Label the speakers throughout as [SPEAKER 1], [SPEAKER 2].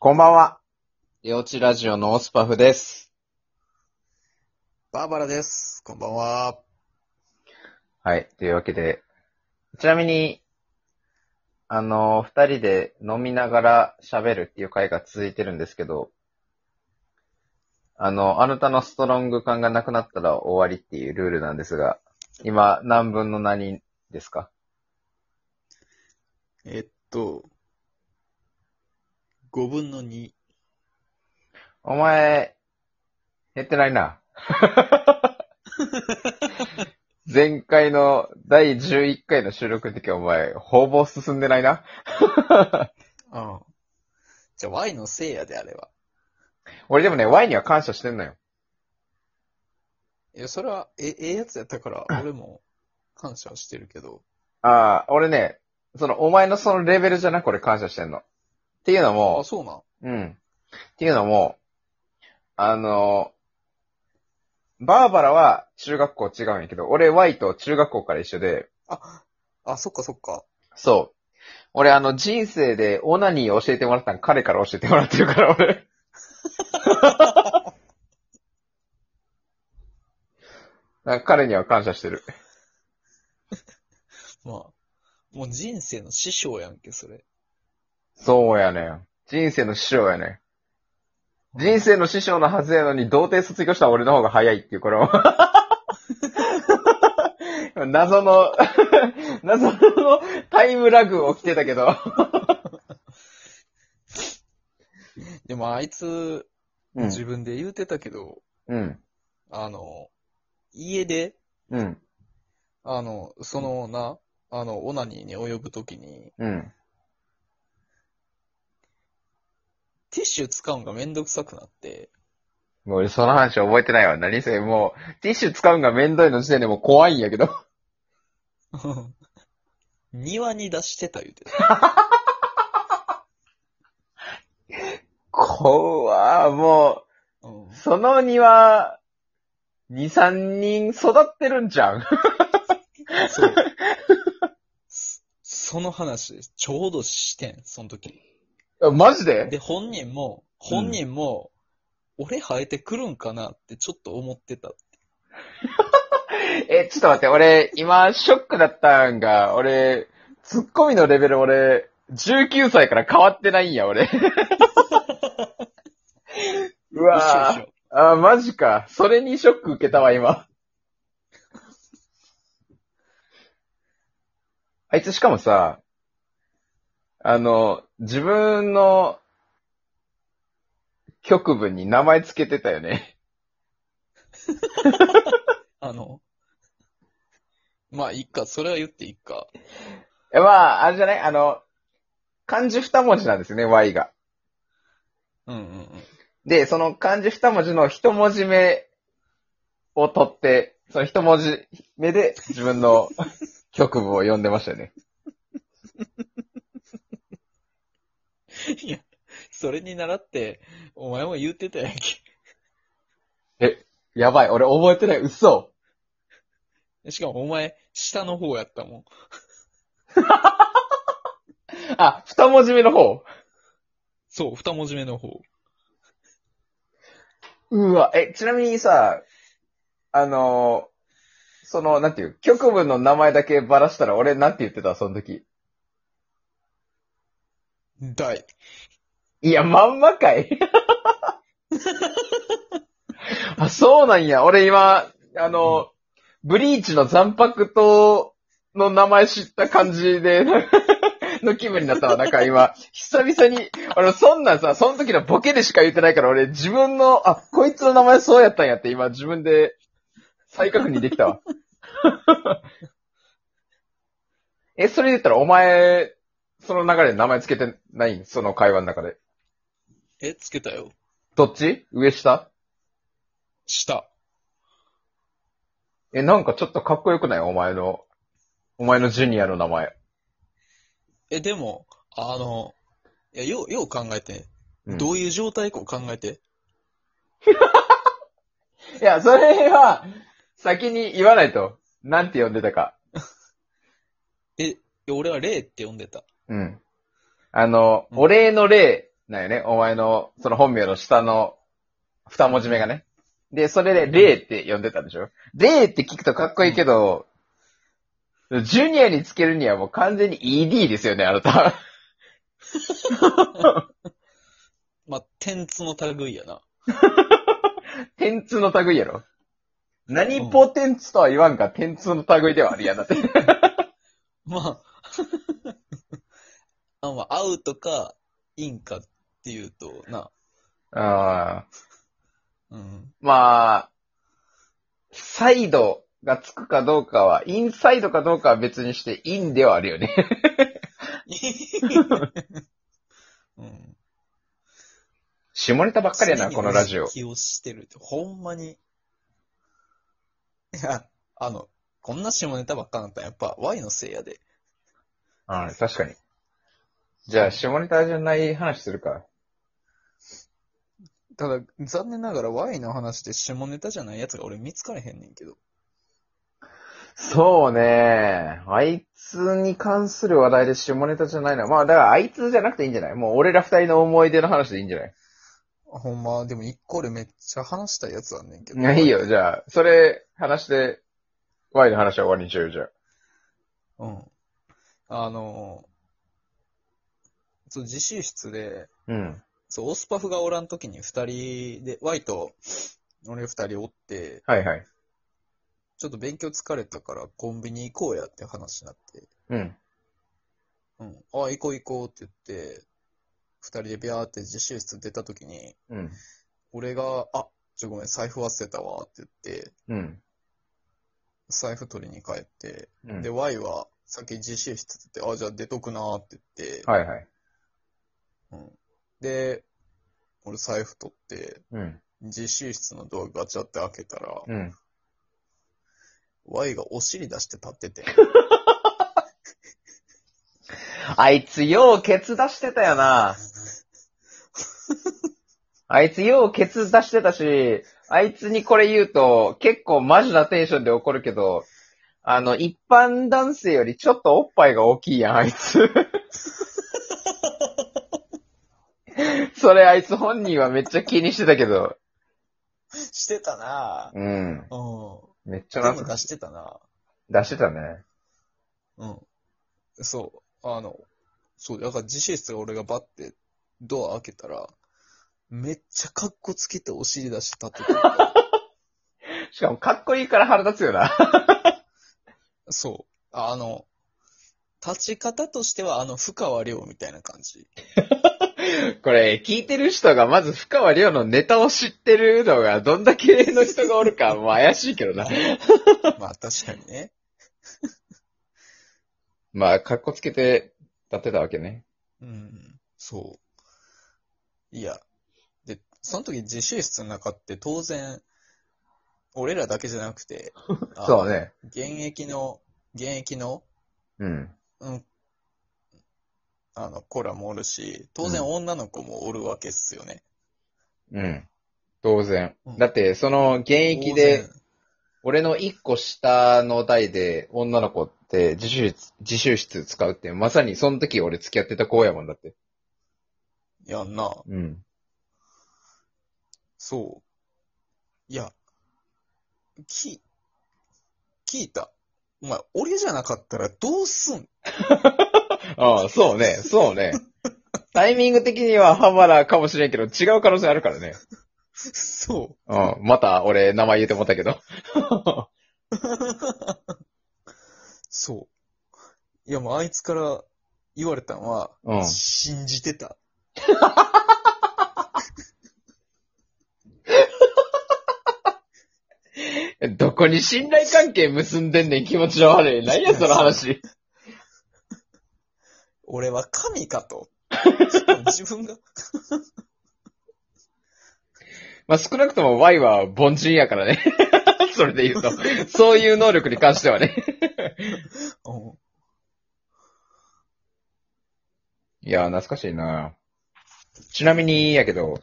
[SPEAKER 1] こんばんは。
[SPEAKER 2] 幼稚ラジオのオスパフです。
[SPEAKER 3] バーバラです。こんばんは。
[SPEAKER 2] はい。というわけで、ちなみに、あの、二人で飲みながら喋るっていう回が続いてるんですけど、あの、あなたのストロング感がなくなったら終わりっていうルールなんですが、今、何分の何ですか
[SPEAKER 3] えっと、5分の2。
[SPEAKER 2] お前、減ってないな。前回の第11回の収録の時はお前、ほぼ進んでないな。
[SPEAKER 3] うん。じゃあ Y のせいやで、あれは。
[SPEAKER 2] 俺でもね、Y には感謝してんのよ。
[SPEAKER 3] いや、それは、え、ええやつやったから、俺も感謝してるけど。
[SPEAKER 2] ああ、俺ね、その、お前のそのレベルじゃなく俺感謝してんの。っていうの
[SPEAKER 3] あ、
[SPEAKER 2] も、
[SPEAKER 3] そうな
[SPEAKER 2] う
[SPEAKER 3] ん。
[SPEAKER 2] ん。っていうのも、あの、バーバラは中学校違うんやけど、俺 Y と中学校から一緒で、
[SPEAKER 3] あ、あ、そっかそっか。
[SPEAKER 2] そう。俺あの人生でオナニーを教えてもらったの彼から教えてもらってるから俺。 なんか彼には感謝してる。
[SPEAKER 3] まあ、もう人生の師匠やんけ、それ。
[SPEAKER 2] そうやねん。人生の師匠やねん。人生の師匠のはずやのに、童貞卒業した俺の方が早いっていう、これは。 謎の、 謎のタイムラグ起きてたけど。
[SPEAKER 3] でもあいつ、
[SPEAKER 2] うん。
[SPEAKER 3] 自分で言うてたけど、
[SPEAKER 2] うん。
[SPEAKER 3] あの、家で、
[SPEAKER 2] うん。
[SPEAKER 3] あの、そのな、あの、オナニーに及ぶときに、
[SPEAKER 2] うん。
[SPEAKER 3] ティッシュ使うんがめんどくさくなって、
[SPEAKER 2] もう俺その話覚えてないわ。何せもう、ティッシュ使うんがめんどいの時点でもう怖いんやけど。
[SPEAKER 3] 庭に出してた言うてた。
[SPEAKER 2] 怖も
[SPEAKER 3] うん
[SPEAKER 2] う、その庭、2、3人育ってるんじゃん。
[SPEAKER 3] そう。そその話、ちょうどしてん、その時。
[SPEAKER 2] マジで
[SPEAKER 3] で、本人も、本人も、俺生えてくるんかなってちょっと思ってた。
[SPEAKER 2] え、ちょっと待って、俺、今、ショックだったんが、俺、ツッコミのレベル俺、19歳から変わってないんや、俺。うわ
[SPEAKER 3] 一緒
[SPEAKER 2] ぁ。
[SPEAKER 3] 一緒。
[SPEAKER 2] あ、マジか。それにショック受けたわ、今。あいつしかもさ、あの、自分の局部に名前つけてたよね。
[SPEAKER 3] あの、まあ、いいか、それは言っていいか。
[SPEAKER 2] え、まあ、あれじゃないあの、漢字二文字なんですよね、Y が。
[SPEAKER 3] うんうんうん。
[SPEAKER 2] で、その漢字二文字の一文字目を取って、その一文字目で自分の局部を読んでましたよね。
[SPEAKER 3] いや、それに習って、お前も言ってたやんけ。
[SPEAKER 2] やばい、俺覚えてない、嘘。
[SPEAKER 3] しかもお前、下の方やったもん。
[SPEAKER 2] あ、二文字目の方。
[SPEAKER 3] そう、二文字目の方。
[SPEAKER 2] うわ、え、ちなみにさ、あのーその、なんていう、局部の名前だけばらしたら俺なんて言ってた、その時。
[SPEAKER 3] 大。
[SPEAKER 2] いや、まんまかい。 あ、そうなんや。俺今、あの、ブリーチの残白刀の名前知った感じで、 の気分になったわ。なんか今、久々に、俺そんなんさ、その時のボケでしか言ってないから、俺自分の、あ、こいつの名前そうやったんやって今自分で再確認できたわ。 え、それで言ったらお前、その流れで名前つけてないその会話の中で。
[SPEAKER 3] え、つけたよ。
[SPEAKER 2] どっち上下
[SPEAKER 3] 下。
[SPEAKER 2] え、なんかちょっとかっこよくないお前の、お前のジュニアの名前。
[SPEAKER 3] え、でも、あの、いや、よう、よう考えて、
[SPEAKER 2] うん
[SPEAKER 3] どういう状態かを考えて。
[SPEAKER 2] いや、それは、先に言わないと。なんて呼んでたか。
[SPEAKER 3] え、いや俺は霊って呼んでた。
[SPEAKER 2] うん。あの、
[SPEAKER 3] うん
[SPEAKER 2] お礼の礼なんよね。お前の、その本名の下の二文字目がね。で、それで、レイって呼んでたんでしょレイって聞くとかっこいいけど、ジュニアにつけるにはもう完全に ED ですよね、あなた。
[SPEAKER 3] まあ、天つの類やな。
[SPEAKER 2] 天通の類やろ。何ポテンツとは言わんが、天通の類ではあるやんだって。
[SPEAKER 3] ま あ、あまあ、合うとか、インかっていうと、な、
[SPEAKER 2] あー
[SPEAKER 3] うん。
[SPEAKER 2] まあ、サイドがつくかどうかは、インサイドかどうかは別にして、インではあるよね。
[SPEAKER 3] うん。
[SPEAKER 2] 下ネタばっかりやな、このラジオ。
[SPEAKER 3] 気をしてるって、ほんまに。いや、あの、こんな下ネタばっかなんだやっぱ Y のせいやで。
[SPEAKER 2] はい、確かに。じゃあ、下ネタじゃない話するか。
[SPEAKER 3] ただ、残念ながら Y の話で下ネタじゃないやつが俺見つかれへんねんけど。
[SPEAKER 2] そうね。あいつに関する話題で下ネタじゃないな。まあ、だからあいつじゃなくていいんじゃないもう俺ら二人の思い出の話でいいんじゃない
[SPEAKER 3] あほんま、でも一個でめっちゃ話したいやつあんねんけど。
[SPEAKER 2] いやいいよ、じゃあ、それ話して、Y の話は終わりにしようよ、じゃあ。
[SPEAKER 3] うん。あのー、そう、自習室で、
[SPEAKER 2] うん。
[SPEAKER 3] そう、オスパフがおらんときに二人で、Y と俺二人おって、
[SPEAKER 2] はいはい。
[SPEAKER 3] ちょっと勉強疲れたからコンビニ行こうやって話になって、
[SPEAKER 2] うん。
[SPEAKER 3] うん。あ、行こう行こうって言って、二人でビャーって自習室出たときに、
[SPEAKER 2] うん。
[SPEAKER 3] 俺が、あ、ちょごめん、財布忘れたわって言って、
[SPEAKER 2] うん。
[SPEAKER 3] 財布取りに帰って、
[SPEAKER 2] うん
[SPEAKER 3] で、Y は、さっき自習室って言って、あ、じゃあ出とくなーって言って、
[SPEAKER 2] はいはい。
[SPEAKER 3] うん、で、俺財布取って、
[SPEAKER 2] うん。
[SPEAKER 3] 自習室のドアガチャって開けたら、
[SPEAKER 2] うん。
[SPEAKER 3] Y がお尻出して立っ てて。
[SPEAKER 2] あいつようケツ出してたよな。あいつようケツ出してたし、あいつにこれ言うと結構マジなテンションで怒るけど、あの、一般男性よりちょっとおっぱいが大きいやん、あいつ。それあいつ本人はめっちゃ気にしてたけど。
[SPEAKER 3] してたな
[SPEAKER 2] うん。
[SPEAKER 3] ぁ。うん。
[SPEAKER 2] めっち
[SPEAKER 3] で
[SPEAKER 2] ゃ
[SPEAKER 3] も
[SPEAKER 2] 懐
[SPEAKER 3] 出
[SPEAKER 2] かしい。
[SPEAKER 3] してたな
[SPEAKER 2] 出してたね。
[SPEAKER 3] うん。そう。あの、そう、だから自習室が俺がバッてドア開けたら、めっちゃカッコつけてお尻出して立ってて。
[SPEAKER 2] しかもかっこいいから腹立つよな。
[SPEAKER 3] そう。あの、立ち方としては、あの、深川亮みたいな感じ。
[SPEAKER 2] これ、聞いてる人がまず深川亮のネタを知ってるのがどんだけの人がおるか、もう怪しいけどな。
[SPEAKER 3] まあ、確かにね。
[SPEAKER 2] まあ、かっこつけて立ってたわけね。、
[SPEAKER 3] うん。そう。いや。で、その時自習室の中って当然、俺らだけじゃなくて
[SPEAKER 2] そうね。
[SPEAKER 3] あの現役の、現役の、
[SPEAKER 2] うん。
[SPEAKER 3] うん、あの、子らもおるし、当然
[SPEAKER 2] うん
[SPEAKER 3] 女の子もおるわけっすよね。
[SPEAKER 2] うん。当然
[SPEAKER 3] うん。
[SPEAKER 2] だって、その、現役で、俺の一個下の代で女の子って自習室、自習室使うって、まさにその時俺付き合ってた子やもんだって。
[SPEAKER 3] 当然。やんな。
[SPEAKER 2] うん。
[SPEAKER 3] そう。いや、き、聞いた。お前、俺じゃなかったらどうすん
[SPEAKER 2] ああ、そうね、そう ね。タイミング的にはハマラかもしれんけど、違う可能性あるからね。
[SPEAKER 3] そ
[SPEAKER 2] うん。また、俺、名前言うてもったけど。
[SPEAKER 3] う。そう。いや、もうあいつから言われたのは、
[SPEAKER 2] うん
[SPEAKER 3] 信じてた。
[SPEAKER 2] えどこに信頼関係結んでんねん、気持ちの悪い。何や、その話。
[SPEAKER 3] 俺は神か と。しかも自分が、
[SPEAKER 2] まあ、少なくとも Y は凡人やからね。 それで言うと。そういう能力に関してはね。
[SPEAKER 3] うん
[SPEAKER 2] いや、懐かしいなちなみに、やけど、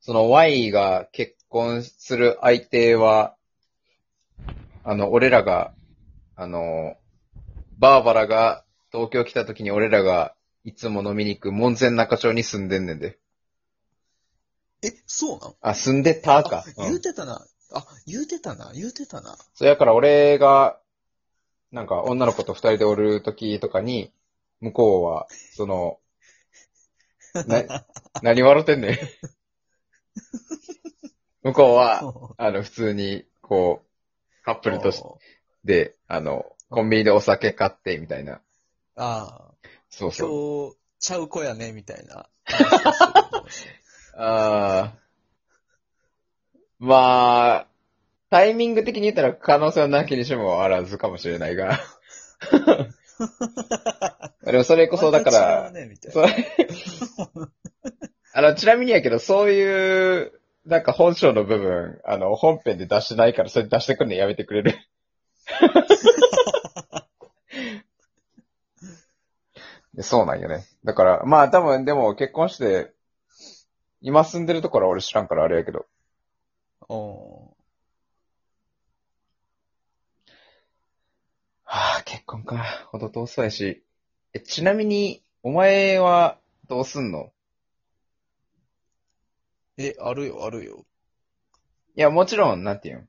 [SPEAKER 2] その Y が結婚する相手は、あの、俺らが、あの、バーバラが東京来た時に俺らがいつも飲みに行く門前仲町に住んでんねんで。
[SPEAKER 3] え、そうなん
[SPEAKER 2] あ、住んでたか。うん
[SPEAKER 3] 言うてたな。あ、言うてたな。言うてたな。
[SPEAKER 2] それやから俺が、なんか女の子と二人でおる時とかに、向こうは、その、な、何笑ってんねん。向こうは、あの、普通に、こう、カップルとし
[SPEAKER 3] おー
[SPEAKER 2] て、あの、コンビニでお酒買って、みたいな。
[SPEAKER 3] ああ、
[SPEAKER 2] そうそう。
[SPEAKER 3] 今日、ちゃう子やね、みたいな。
[SPEAKER 2] ああ。まあ、タイミング的に言ったら可能性はなきにしもあらずかもしれない が。でもそれこそだか
[SPEAKER 3] また違
[SPEAKER 2] ら
[SPEAKER 3] う、ね、みたい
[SPEAKER 2] そ
[SPEAKER 3] な。
[SPEAKER 2] う。あの、ちなみにやけど、そういう、なんか本性の部分、あの、本編で出してないから、それ出してくるのやめてくれる。でそうなんよね。だから、まあ多分でも結婚して、今住んでるところは俺知らんからあれやけど。
[SPEAKER 3] お
[SPEAKER 2] はあ、結婚か。ほど遠そうやし。え、ちなみに、お前はどうすんの
[SPEAKER 3] ーえ、あるよ、あるよ。
[SPEAKER 2] いや、もちろん、なんていうん。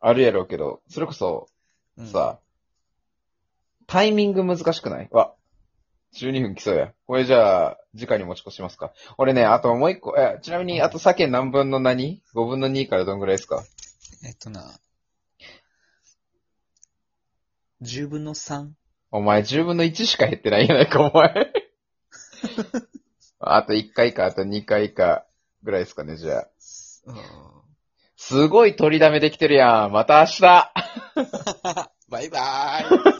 [SPEAKER 2] あるやろうけど、それこそ、
[SPEAKER 3] うん、
[SPEAKER 2] さ、タイミング難しくないわ、12分来そうや。これじゃあ、次回に持ち越しますか。俺ね、あともう一個、え、ちなみに、あと鮭何分の何 ?5 分の2からどんぐらいですか
[SPEAKER 3] えっとな。10分の 3?
[SPEAKER 2] お前、10分の1しか減ってないやないか、お 前。あと1回か、あと2回か、ぐらいですかね、じゃあ。
[SPEAKER 3] うん。
[SPEAKER 2] すごい取りだめできてるやん。また明日
[SPEAKER 3] バイバーイ